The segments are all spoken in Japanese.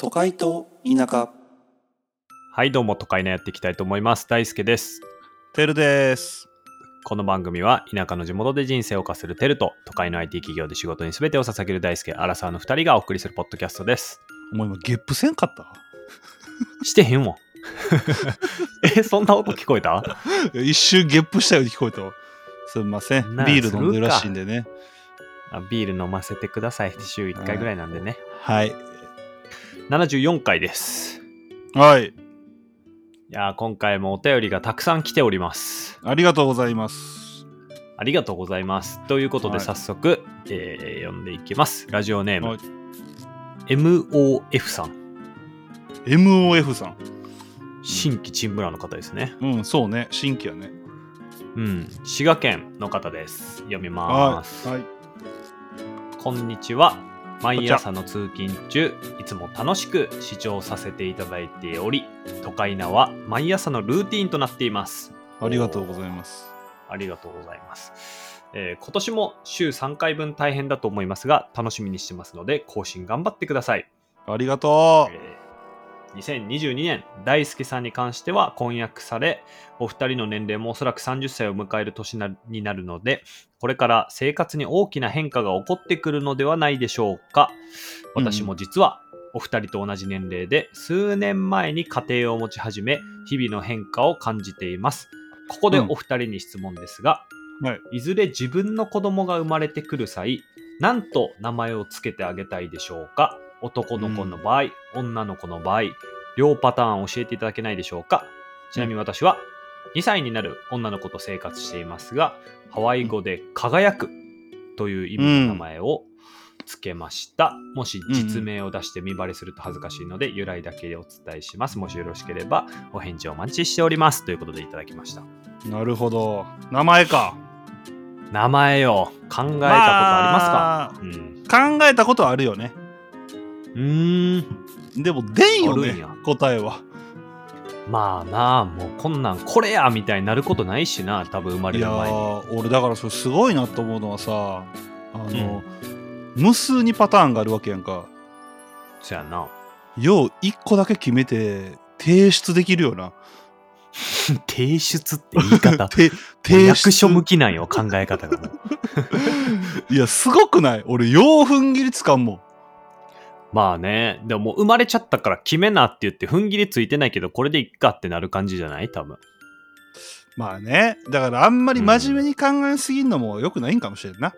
都会と田舎はい、どうも、都会のやっていきたいと思います。大輔です。テルです。この番組は、田舎の地元で人生を謳歌するテルと、都会の IT 企業で仕事に全てを捧げる大輔、アラサーの2人がお送りするポッドキャストです。お前今ゲップせんかったしてへんわ。 え、そんな音聞こえたいや一瞬ゲップしたように聞こえたわ。すみません。なあビール飲んでるらしいんでね。あビール飲ませてください。週1回ぐらいなんでね。はい。 74回です。はい。いやー、今回もお便りがたくさん来ております。ありがとうございます。ありがとうございます。ということで、はい早速、えー読んでいきます。ラジオネーム、はい MOF さん。 MOF さん。新規チンブラーの方ですね。うん、そうね。新規やね。うん、滋賀県の方です。読みまはす。い。はい。こんにちは。毎朝の通勤中、いつも楽しく視聴させていただいており、都会なは毎朝のルーティーンとなっています。ありがとうございます。ありがとうございます。えー今年も週3回分大変だと思いますが、楽しみにしてますので、更新頑張ってください。ありがとう。えー2022年、大輔さんに関しては婚約され、お二人の年齢もおそらく30歳を迎える年なになるので、これから生活に大きな変化が起こってくるのではないでしょうか。うん私も実は、お二人と同じ年齢で、数年前に家庭を持ち始め、日々の変化を感じています。ここでお二人に質問ですが、はいいずれ自分の子供が生まれてくる際、なんと名前をつけてあげたいでしょうか男の子の場合、女の子の場合、両パターン教えていただけないでしょうかちなみに私は、2歳になる女の子と生活していますが、ハワイ語で輝くという意味の名前をつけました。もし実名を出して見バレすると恥ずかしいので、由来だけでお伝えします。もしよろしければお返事をお待ちしております。ということでいただきました。なるほど。名前か。名前を考えたことあまありますか、うん考えたことはあるよね。うーんでも、出んよあるんねや。答えは。まあなあもうこんなんこれやみたいになることないしな多分生まれいるや前にー、俺だからそれすごいなと思うのはさ、あの、無数にパターンがあるわけやんか。そやな よう一個だけ決めて提出できる よな提出って言い方て提出役所向きなんよ考え方が もう いやすごくない俺よう踏ん切りつかんもんまあねでももう生まれちゃったから決めなって言って踏ん切りついてないけどこれでいっかってなる感じじゃない多分まあねだからあんまり真面目に考えすぎんのもよくないんかもしれんな、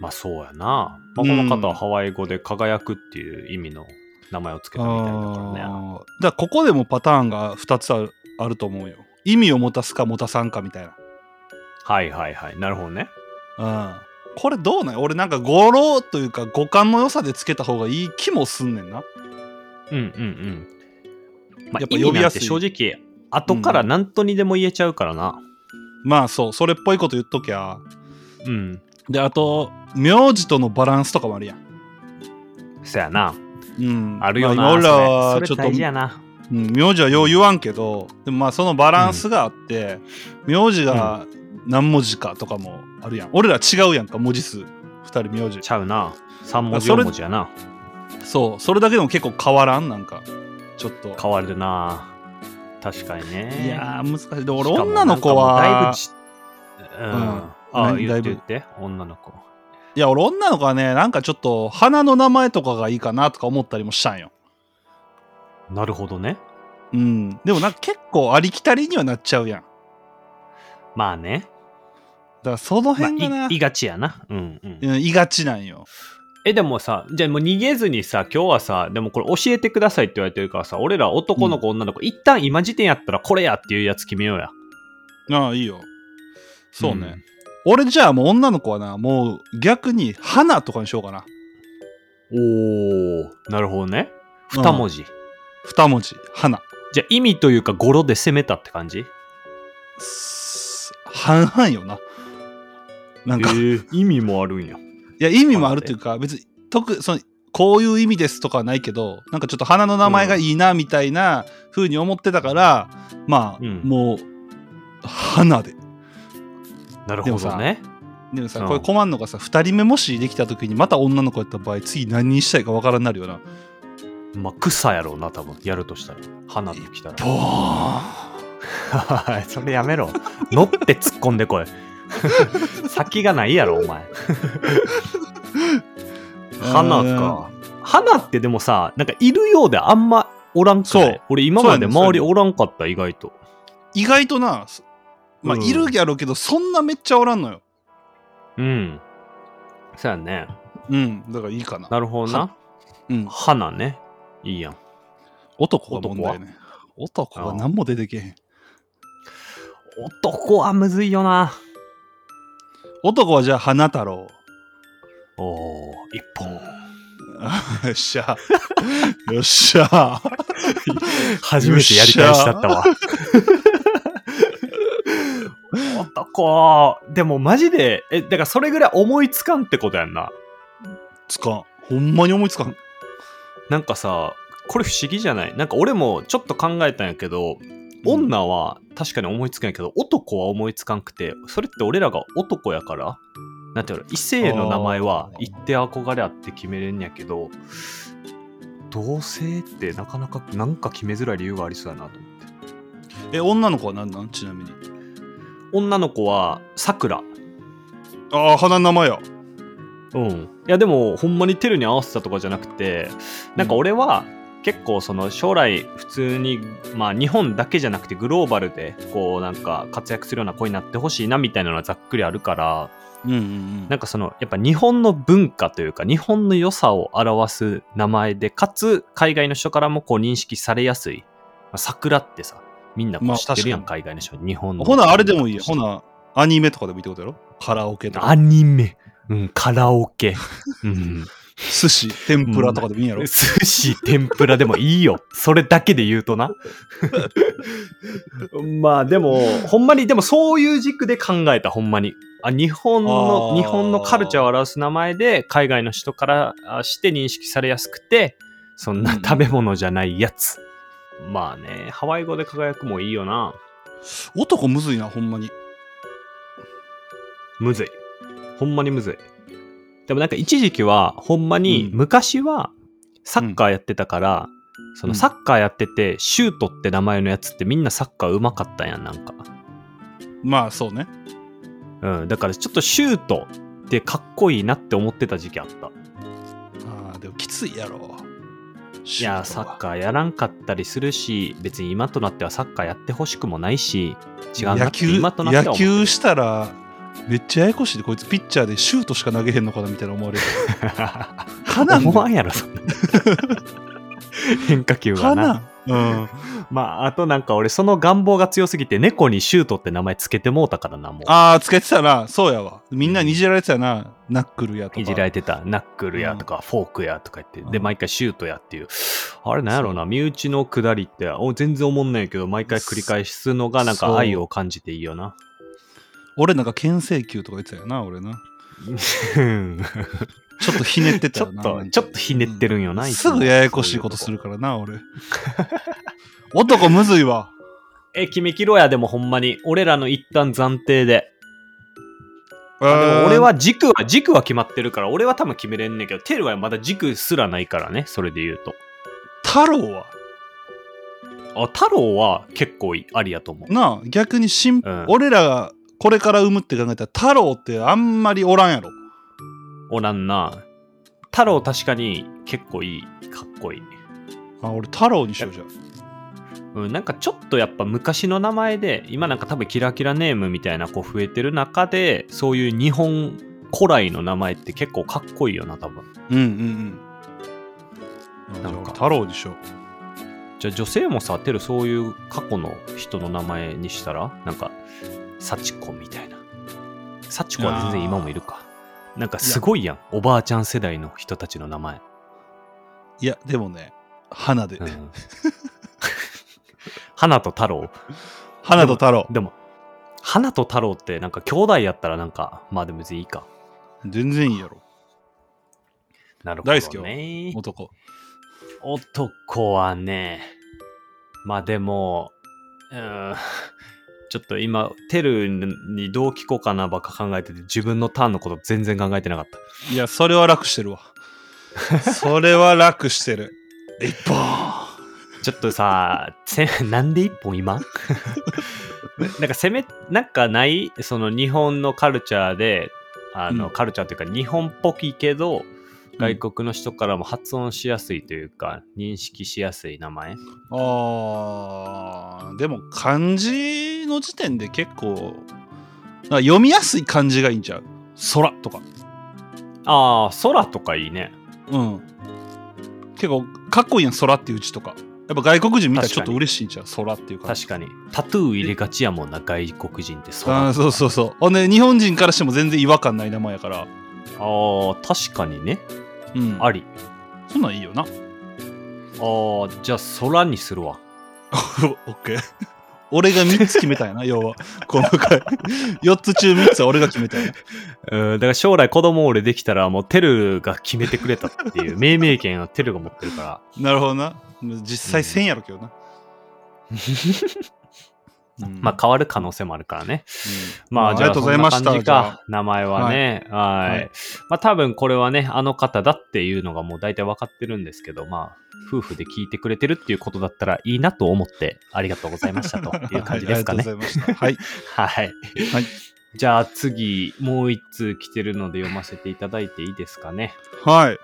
まあそうやな、まあ、この方はハワイ語で輝くっていう意味の名前をつけたみたいだからねあーだからここでもパターンが2つあるあると思うよ意味を持たすか持たさんかみたいはいはいはいなるほどねなうんこれどうなん俺なんか語呂というか五感の良さでつけた方がいい気もすんねんなうんうんうん。まあ、やっぱ意味呼びなやんすてい正直、後から何とにでも言えちゃうからな。まあそうそれっぽいこと言っときゃうん。であと名字とのバランスとかもあるやんそやな。うん、あるよな。まあ今俺らはそれちょそれっと大事やな。うん名字はよう言わんけどでもまあそのバランスがあって、名字が何文字かとかもあるやん俺ら違うやんか文字数2人名字ちゃうな。3文字それ4文字やな。そうそれだけでも結構変わらんなんかちょっと変わるな。確かにね。いやー難しいでし俺かも女の子なんかもうだいはぶちうん。うんああ、何言だっいてぶ言って、女の子。いや俺女の子はねなんかちょっと花の名前とかがいいかなとか思ったりもしたんよなるほどね。うんでもなんか結構ありきたりにはなっちゃうやんだまあね。からそまのあ、辺がな、いいがちやな。うんうん。うんいがちなんよえ、でもさ、じゃあもう逃げずにさ、今日はさ、でもこれ教えてくださいって言われてるからさ、俺ら男の子、女の子、一旦今時点やったらこれやっていうやつ決めようや。ああいいよそうね、俺じゃあもう女の子はなもう逆に花とかにしようかなうん。おー、なるほどね。二文字。二文字花じゃあ意味というか語呂で攻めたって感じす半々よななんか、いー意味もあるんや。や意味もあるというか別に特そのこういう意味ですとかはないけどなんかちょっと花の名前がいいなみたいな風に思ってたから、まあ、うんもう花でなるほどね。でもさ、うんこれ困んのがさ2人目もしできた時にまた女の子やった場合次何にしたいかわからんなるよなまあ、草やろうな、多分やるとしたら。花ときたら。ボーンはいそれやめろ。乗って突っ込んでこい。 先がないやろ、お 前。花か。花ってでもさ、なんかいるようであんまおらんくないそう俺今までそうやねん周りおらんかった、意外と。意外とな、そまあ、うんいるやろうけど、そんなめっちゃおらんのよ。うん。そうやね。うん、だからいいかな。なるほどなは。うん、花ね。いいやん。男が問題ね。男は何も出てけへん。男はむずいよな。男はじゃあ、花太郎。 おー、一本。よっしゃ。よっしゃ。初めてやり返しだったわ。 男、でもマジで、え、だからそれぐらい思いつかんってことやんな。つかん。ほんまに思いつかん。なんかさ、これ不思議じゃないなんか俺もちょっと考えたんやけど、女は確かに思いつかんやけど、男は思いつかんくて、それって俺らが男やから、なんていうの、異性の名前はあー一定憧れあって決めれんやけど、同性ってなかなか、なんか決めづらい理由がありそうやなと思って。え、女の子は何なんちなみに。女の子は、さくら。ああ、花の名前や。うん、いやでもほんまにテルに合わせたとかじゃなくてなんか俺は結構その将来普通に、まあ、日本だけじゃなくてグローバルでこうなんか活躍するような子になってほしいなみたいなのはざっくりあるからうんうんうん。なんかそのやっぱ日本の文化というか日本の良さを表す名前でかつ海外の人からもこう認識されやすい、まあ、桜ってさみんなこうまあ知ってるやん、確海外の人日本のほな、あれでもいいや。ほな、アニメとかでもいいってことやろカラオケとアか。ニメ、うん、カラオケ、うん寿司、天ぷらとかでもいいんやろ、寿司、天ぷらでもいい よ。それだけで言うとな。 まあでも、ほんまに、でもそういう軸で考えた、ほんまに。あ日本あの、ー日本のカルチャーを表す名前で、海外の人からあして認識されやすくて、そんなうん食べ物じゃないやつ。まあね、ハワイ語で輝くもいいよな。男むずいな、ほんまに。むずい。ほんまにむずい。でもなんか一時期は、ほんまにうん昔はサッカーやってたから、そのサッカーやってて、シュートって名前のやつってみんなサッカーうまかったやん、なんか。まあ、そうね。うん、だからちょっとシュートってかっこいいなって思ってた時期あった。ああ、でもきついやろ。いやー、サッカーやらんかったりするし、別に今となってはサッカーやってほしくもないし、違うな野って球今となっては野思う球したら、めっちゃややこしいで、こいつピッチャーでシュートしか投げへんのかなみたいな思われる。 かなん思わんやろ、そ んな。変化球かがな。なうん。まあ、あとなんか俺、その願望が強すぎて、猫にシュートって名前つけてもうたからな、もう。ああ、つけてたな。そうやわ。みんなにいじられてたな。ナックルやとか。いじられてた、ナックルやとか、フォークやとか言って、で、うん毎回シュートやっていう。あれなんやろうな、身内のくだりって、お全然思んないけど、毎回繰り返すのが、なんそうか愛を感じていいよ な。俺なんか牽制球とか言ってたよな、俺な。ちょっとひねっ てちたょよっな。と、ちょっとひねってるんよな、いつすもぐややこしいことす。るからな、 俺。男むずいそういうわ。とこえ、決めきろや、でもほんまに。俺らの一旦暫定で。あでも俺は軸は、軸は決まってるから、俺は多分決めれんねんけど、テルはまだ軸すらないからね、それで言うと。太郎はあ、太郎は結構ありやと思う。なあ逆にしん、うん俺らがこれから産むって考えたら太郎ってあんまりおらんやろおらんな。太郎確かに結構いい、かっこいい。あ俺太郎にしようじゃんうん、なんかちょっとやっぱ昔の名前で、今なんか多分キラキラネームみたいな子増えてる中で、そういう日本古来の名前って結構かっこいいよな、多分。うんうんうんなんかじゃあ俺太郎にしようじゃあ女性もさ、テルそういう過去の人の名前にしたら、なんか、幸子みたいな。幸子は全然今もいるか。なんかすごいやん。おばあちゃん世代の人たちの名前。いやでもね花で、うん、 花と太郎花と太郎でも花と太郎ってなんか兄弟やったらなんかまあでも別にいいか全然いいやろなるほど、ね、大好きよ男男はねまあでもうーんちょっと今テルにどう聞こうかなばっか考えてて自分のターンのこと全然考えてなかった いやそれは楽してるわそれは楽してる一本ちょっとさ、せなんで一本今なんか攻め、なんかない、その日本のカルチャーで、あの、うんカルチャーというか日本っぽいけど、外国国の人からも発音しやすいというか、認識しやすい名前。あーでも漢字の時点で結構なんか読みやすい漢字がいいんちゃう空とかああ、空とかいいね。うん結構かっこいいやん空っていう字とかやっぱ外国人見たらちょっと嬉しいんちゃう空っていうか確かに。タトゥー入れがちやもんな、外国人ってあ空。ーそうそうそうほんで日本人からしても全然違和感ない名前やからああ、確かにね。うんあり。そんなんいいよなあ あ、じゃあ空にするわ。オッケー俺が3つ決めたんやな要はこの回4つ中3つは俺が決めたんやうん、だから将来子供俺できたらもうテルが決めてくれたっていう命名権をテルが持ってるから。なるほどな実際1000やろけどな、うんまあ変わる可能性もあるからね。うんまあじゃありがとうごそざいんまなし感た。じじゃあか。名前はね。はい。はいまあ多分これはね、あの方だっていうのがもう大体分かってるんですけど、まあ夫婦で聞いてくれてるっていうことだったらいいなと思ってありがとうございましたという感じですかねは。いありがとうございました。はい。はい。はいじゃあ次、もう一通来てるので読ませていただいていいですかね。はい。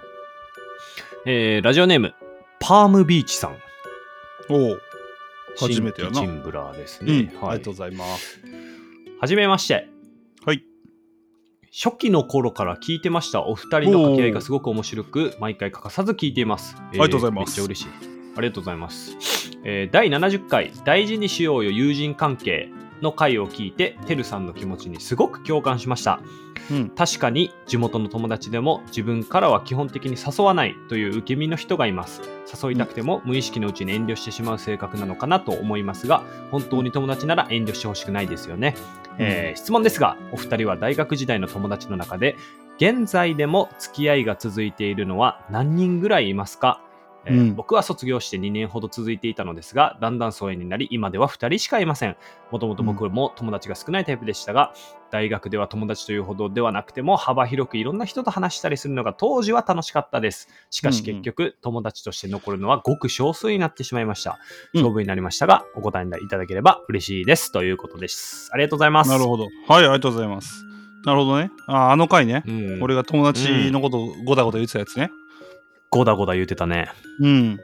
えー、ラジオネーム、パームビーチさん。おう初めてやな新規チンブラーですうん。ありね。はがいとうご。ざいます。はじめまして。はい。初期の頃から聞いてました。お二人の掛け合いがすごく面白く、毎回欠かさず聞いています。ありがとうございますめっちゃ嬉しい。ありがとうございます。えー第70回、大事にしようよ友人関係の回を聞いて、てるさんの気持ちにすごく共感しました。うん。確かに地元の友達でも自分からは基本的に誘わないという受け身の人がいます誘いたくても無意識のうちに遠慮してしまう性格なのかなと思いますが本当に友達なら遠慮してほしくないですよね、えー質問ですがお二人は大学時代の友達の中で現在でも付き合いが続いているのは何人ぐらいいますかえーうん僕は卒業して2年ほど続いていたのですがだんだん疎遠になり今では2人しかいませんもともと僕も友達が少ないタイプでしたが、大学では友達というほどではなくても幅広くいろんな人と話したりするのが当時は楽しかったですしかうしんうん結局友達として残るのはごく少数になってしまいましたうん勝負になりましたがお答えいただければ嬉しいですということですありがとうございますなるほど。はい、ありがとうございます。なるほどね。ああの回ね。うん、俺が友達のことをごだごだ言ってたやつね。ゴダゴダ言うてたねうん。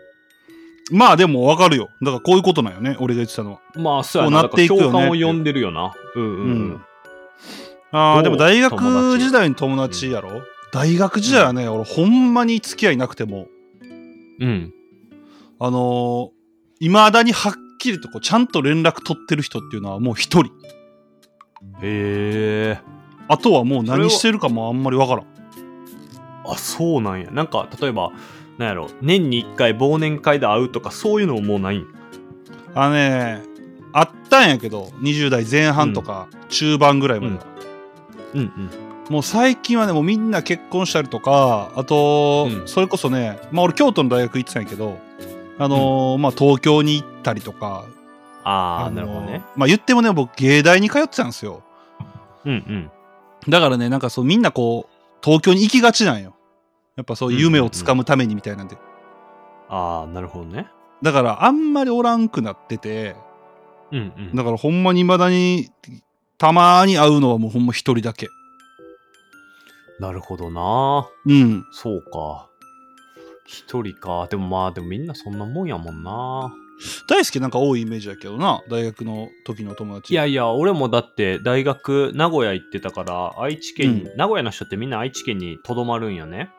まあでもわかるよ。だからこういうことなんよね。俺が言ってたのは。まあそうやこうななっていくよねだから共感を呼んでるよなうんうん、うんうんあどあ、うでも大友学達時代の友達やろ、大学時代はね、俺ほんまに付き合いなくても、うん、あのい、まだにはっきりとこうちゃんと連絡取ってる人っていうのはもう一人。へえあとはもうそれは何してるかもあんまりわからん。あそうなんやなんか例えばなんやろ年に1回忘年会で会うとかそういうのももうないんあのね、あったんやけど、20代前半とか中盤ぐらいまでは。うんうんもう最近はね、もうみんな結婚したりとか、あと、うんそれこそね、まあ俺京都の大学行ってたんやけど、あのーまあ東京に行ったりとか、ああ、のーなるほどね。まあ言ってもね、僕芸大に通ってたんですよ。うんうん。だからね、なんかそうみんなこう、東京に行きがちなんよ。やっぱそううんうん夢をつかむためにみたいなんで。ああ、なるほどね。だからあんまりおらんくなってて、うんうん。だからほんまに未だに、たまに会うのはもうほんま一人だけ。なるほどな。うん。そうか。一人か。でもまあ、でもみんなそんなもんやもんな。大好きなんか多いイメージだけどな、大学の時の友達。いやいや、俺もだって大学、名古屋行ってたから、愛知県に、名古屋の人ってみんな愛知県にとどまるんよね。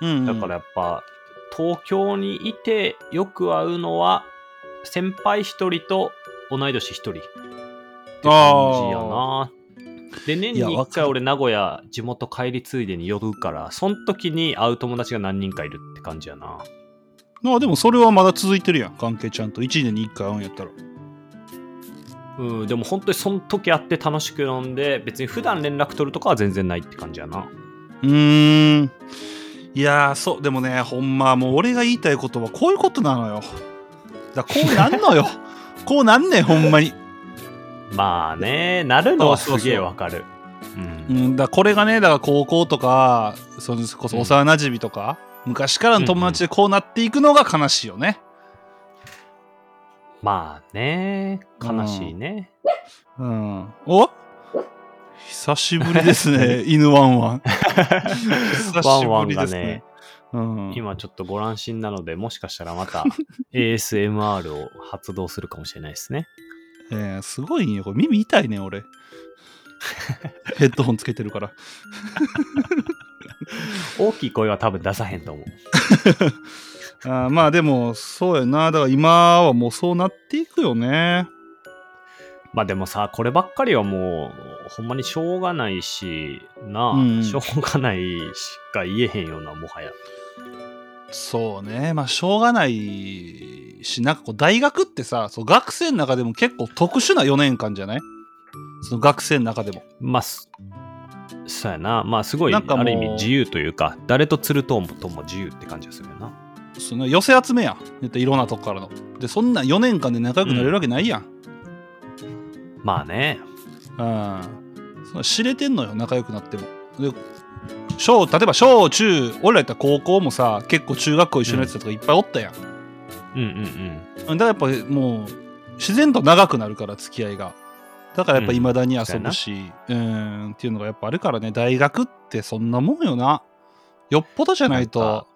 うんうん、だからやっぱ、東京にいてよく会うのは、先輩一人と同い年一人。って感じやな。で、年にいやわ1か回る俺名古屋地元帰りついでに寄るから、そん時に会う友達が何人かいるって感じやな。まあでもそれはまだ続いてるやん関係ちゃんと1年に1回会うんやったらうん、でも本当にそん時会って楽しく飲んで、別に普段連絡取るとかは全然ないって感じやな。うーんいやーそうでもねほんまもう俺が言いたいことはこういうことなのよだからこうなん のよこうなんねんほんまに、まあね、なるのはそうすそうそうげえわかる。う。うんん、だからこれがねだから高校とかそれこそ幼なじみとか、昔からの友達でこうなっていくのが悲しいよね。まあね、悲しいね。うん。お久しぶりです ね、犬ワンワン。久ワしンワぶンりでがすねね。、うん、今ちょっとご乱心なので、もしかしたらま た ASMR を発動するかもしれないですね。えーすごいんよ。これ耳痛い ね、俺。ヘッドホンつけてるから。大きい声は多分出さへんと思う。あーまあでも、そうやな。だから今はもうそうなっていくよね。まあでもさ、こればっかりはもう、ほんまにしょうがないし、なあ、うんしょうがないしか言えへんよな、もはや。そうね。まあしょうがないし、なんかこう大学ってさ、そう学生の中でも結構特殊な4年間じゃないその学生の中でも。まあ、すそうやな。まあすごい、なあんかもうる意味自由というか、誰と釣るともとも自由って感じがするよな。その寄せ集めやん。言ったらいろんなとこからの。で、そんな4年間で仲良くなれるわけないやん。まあね。うん。その知れてんのよ、仲良くなっても。で小例えば小中俺らやったら高校もさ結構中学校一緒のやつとかいっぱいおったやん、うんうんうん。だからやっぱもう自然と長くなるから付き合いがだからやっぱうん未だに遊ぶし、うん、っていうのがやっぱあるからね大学ってそんなもんよなよっぽどじゃないなんとか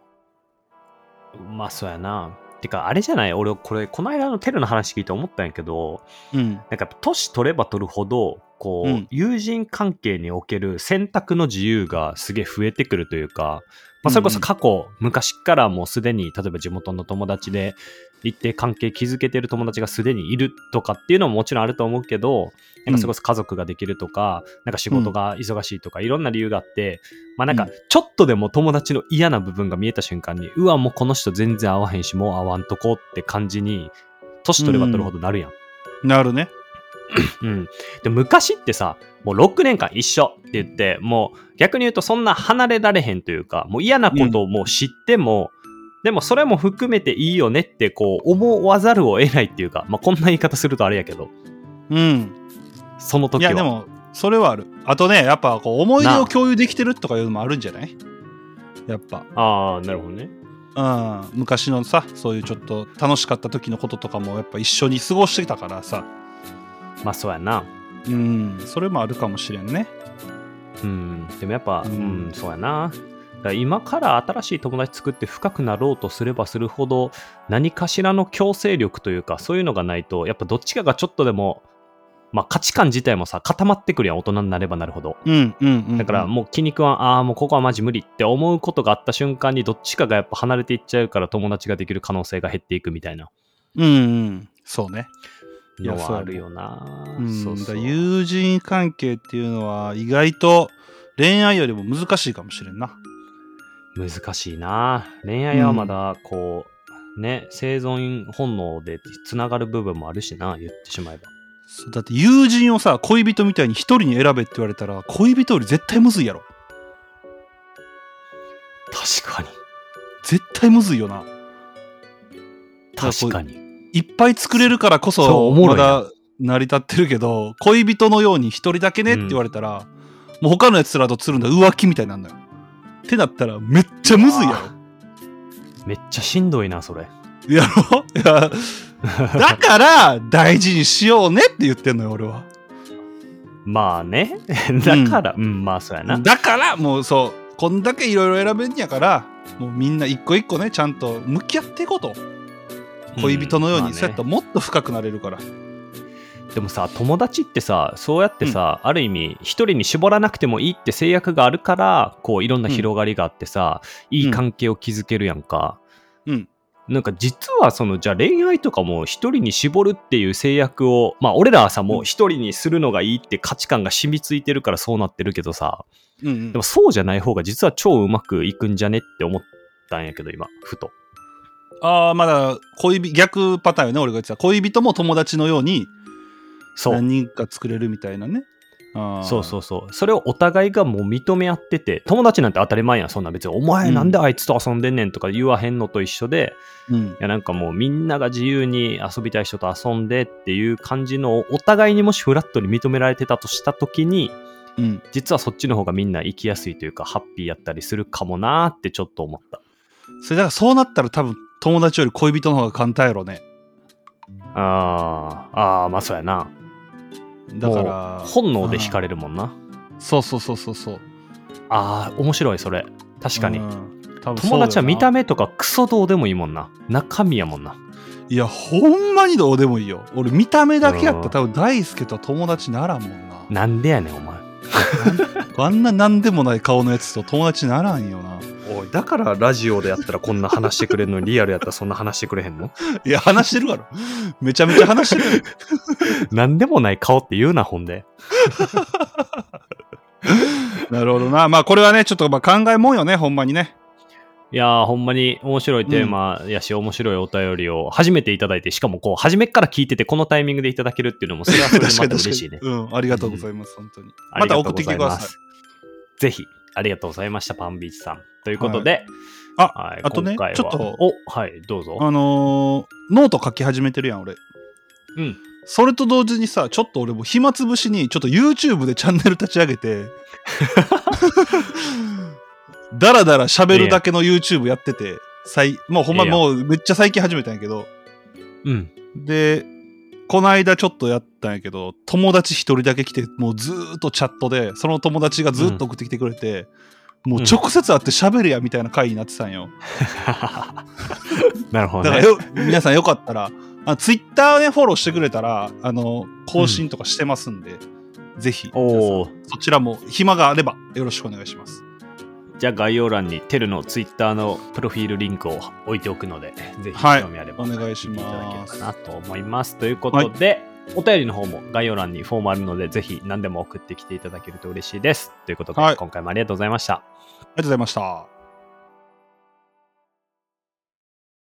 まあそうやな。てか、あれじゃない俺、これ、この間のテルの話聞いて思ったんやけど、うんなんか、年取れば取るほど、こう、うん友人関係における選択の自由がすげえ増えてくるというか、まあ、それこそ過去、昔からもうすでに、例えば地元の友達で、一定関係築けてる友達がすでにいるとかっていうのももちろんあると思うけど、なんかそれこそ家族ができるとか、なんか仕事が忙しいとか、いろんな理由があって、まあなんうかん、ちょっとでも友達の嫌な部分が見えた瞬間に、うわ、もうこの人全然合わへんし、もう合わんとこって感じに、年取れば取るほどなるやんなるねうん、で昔ってさもう6年間一緒って言ってもう逆に言うとそんな離れられへんというかもう嫌なことをもう知っても、でもそれも含めていいよねってこう思わざるを得ないっていうか、まあ、こんな言い方するとあれやけどうんそのい時はやでもそれはあるあとねやっぱこう思い出なをあ共有できてるとかいうのもあるんじゃないやっぱああなるほどねうん、昔のさそういうちょっと楽しかった時のこととかもやっぱ一緒に過ごしてきたからさ、まあそうやなうん、それもあるかもしれんねうんでもやっぱううんん、そうやなだから今から新しい友達作って深くなろうとすればするほど何かしらの強制力というかそういうのがないとやっぱどっちかがちょっとでもまあ価値観自体もさ固まってくるやん大人になればなるほどうんうんうん、だからもう気に食わんああもうここはマジ無理って思うことがあった瞬間にどっちかがやっぱ離れていっちゃうから友達ができる可能性が減っていくみたいなうん、うん、そうねいやのそうはやあるよなうんそうそうだから友人関係っていうのは意外と恋愛よりも難しいかもしれんな難しいな恋愛はまだこう、ね生存本能でつながる部分もあるしな言ってしまえばそうだって友人をさ恋人みたいに一人に選べって言われたら恋人より絶対むずいやろ確かに絶対むずいよな確かにいっぱい作れるからこそうそおもろまいなだ成り立ってるけど恋人のように一人だけねって言われたら、もう他のやつらとつるんだ浮気みたいになるのよ。ってなったらめっちゃむずいやあめっちゃしんどいなそれろ。やろ いやだから大事にしようねって言ってんのよ俺は。まあね だから、うんまあそうやな、だからもうそうこんだけいろいろ選べんやからもうみんな一個一個ねちゃんと向き合っていこうと恋人のようんに、まあねそうやったらもっと深くなれるから。でもさ友達ってさそうやってさ、ある意味一人に絞らなくてもいいって制約があるからこういろんな広がりがあってさ、いい関係を築けるやんか、うんなんか実はそのじゃあ恋愛とかも一人に絞るっていう制約をまあ俺らはさもう一人にするのがいいって価値観が染みついてるからそうなってるけどさうんうんでもそうじゃない方が実は超うまくいくんじゃねって思ったんやけど今ふとああ、まだ恋人、逆パターンよね、俺が言ってた。恋人も友達のようにそう何人か作れるみたいなね。あーそうそうそう。それをお互いがもう認め合ってて、友達なんて当たり前やん、そんな別に。お前うんなんであいつと遊んでんねんとか言わへんのと一緒で、うん。いやなんかもうみんなが自由に遊びたい人と遊んでっていう感じのをお互いにもしフラットに認められてたとした時に、うん実はそっちの方がみんな生きやすいというか、ハッピーやったりするかもなーってちょっと思った。それだからそうなったら多分友達より恋人の方が簡単やろね。あーあーまあそうやなだから。本能で惹かれるもんなそうそうそうそうそう。あー面白いそれ確かにうん多分そうだよ友な達は見た目とかクソどうでもいいもんな中身やもんないや、ほんまにどうでもいいよ。俺、見た目だけやったら多分大輔と友達ならんもんな。なんでやねんお前あんななんでもない顔のやつと友達ならんよな。おいだからラジオでやったらこんな話してくれるのにリアルやったらそんな話してくれへんのいや、話してるから。めちゃめちゃ話してる やん。なんでもない顔って言うなほんでなるほどな。まあ、これはね、ちょっとまあ考えもんよね、ほんまにね。いやーほんまに面白いテーマやし、面白いお便りを初めていただいてしかもこう初めっから聞いててこのタイミングでいただけるっていうのもそれはそれ でまた嬉しいねうん、ありがとうございます、本当に。あまりがたと送うっごてきざていくだまさいす。ぜひ、ありがとうございました、パンビーチさん。ということで、はいあはいあとね今回はちょっとお、はい、どうぞ。あのーノート書き始めてるやん、俺。うん。それと同時にさ、ちょっと俺も暇つぶしに、ちょっと YouTube でチャンネル立ち上 げて、だらだら喋るだけの YouTube やってて、さいもうほんまいいやもうめっちゃ最近始めたんやけど、うん。で、この間ちょっとやったんやけど、友達一人だけ来て、もうずーっとチャットで、その友達がずーっと送ってきてくれて、もう直接会って喋るやみたいな回になってたんよ。なるほだどからね。よ、 皆さんよかったら、あツイッターね、フォローしてくれたら、あの、更新とかしてますんで、ぜひ、おお、そちらも暇があればよろしくお願いします。じゃあ概要欄にテルのツイッターのプロフィールリンクを置いておくので、ぜひはい興味あれば、お願いし見ていただけまるかす。なと思います。ということで、お便りの方も概要欄にフォームあるので、ぜひ何でも送ってきていただけると嬉しいです。ということで、はい今回もありがとうございました。ありがとうございました。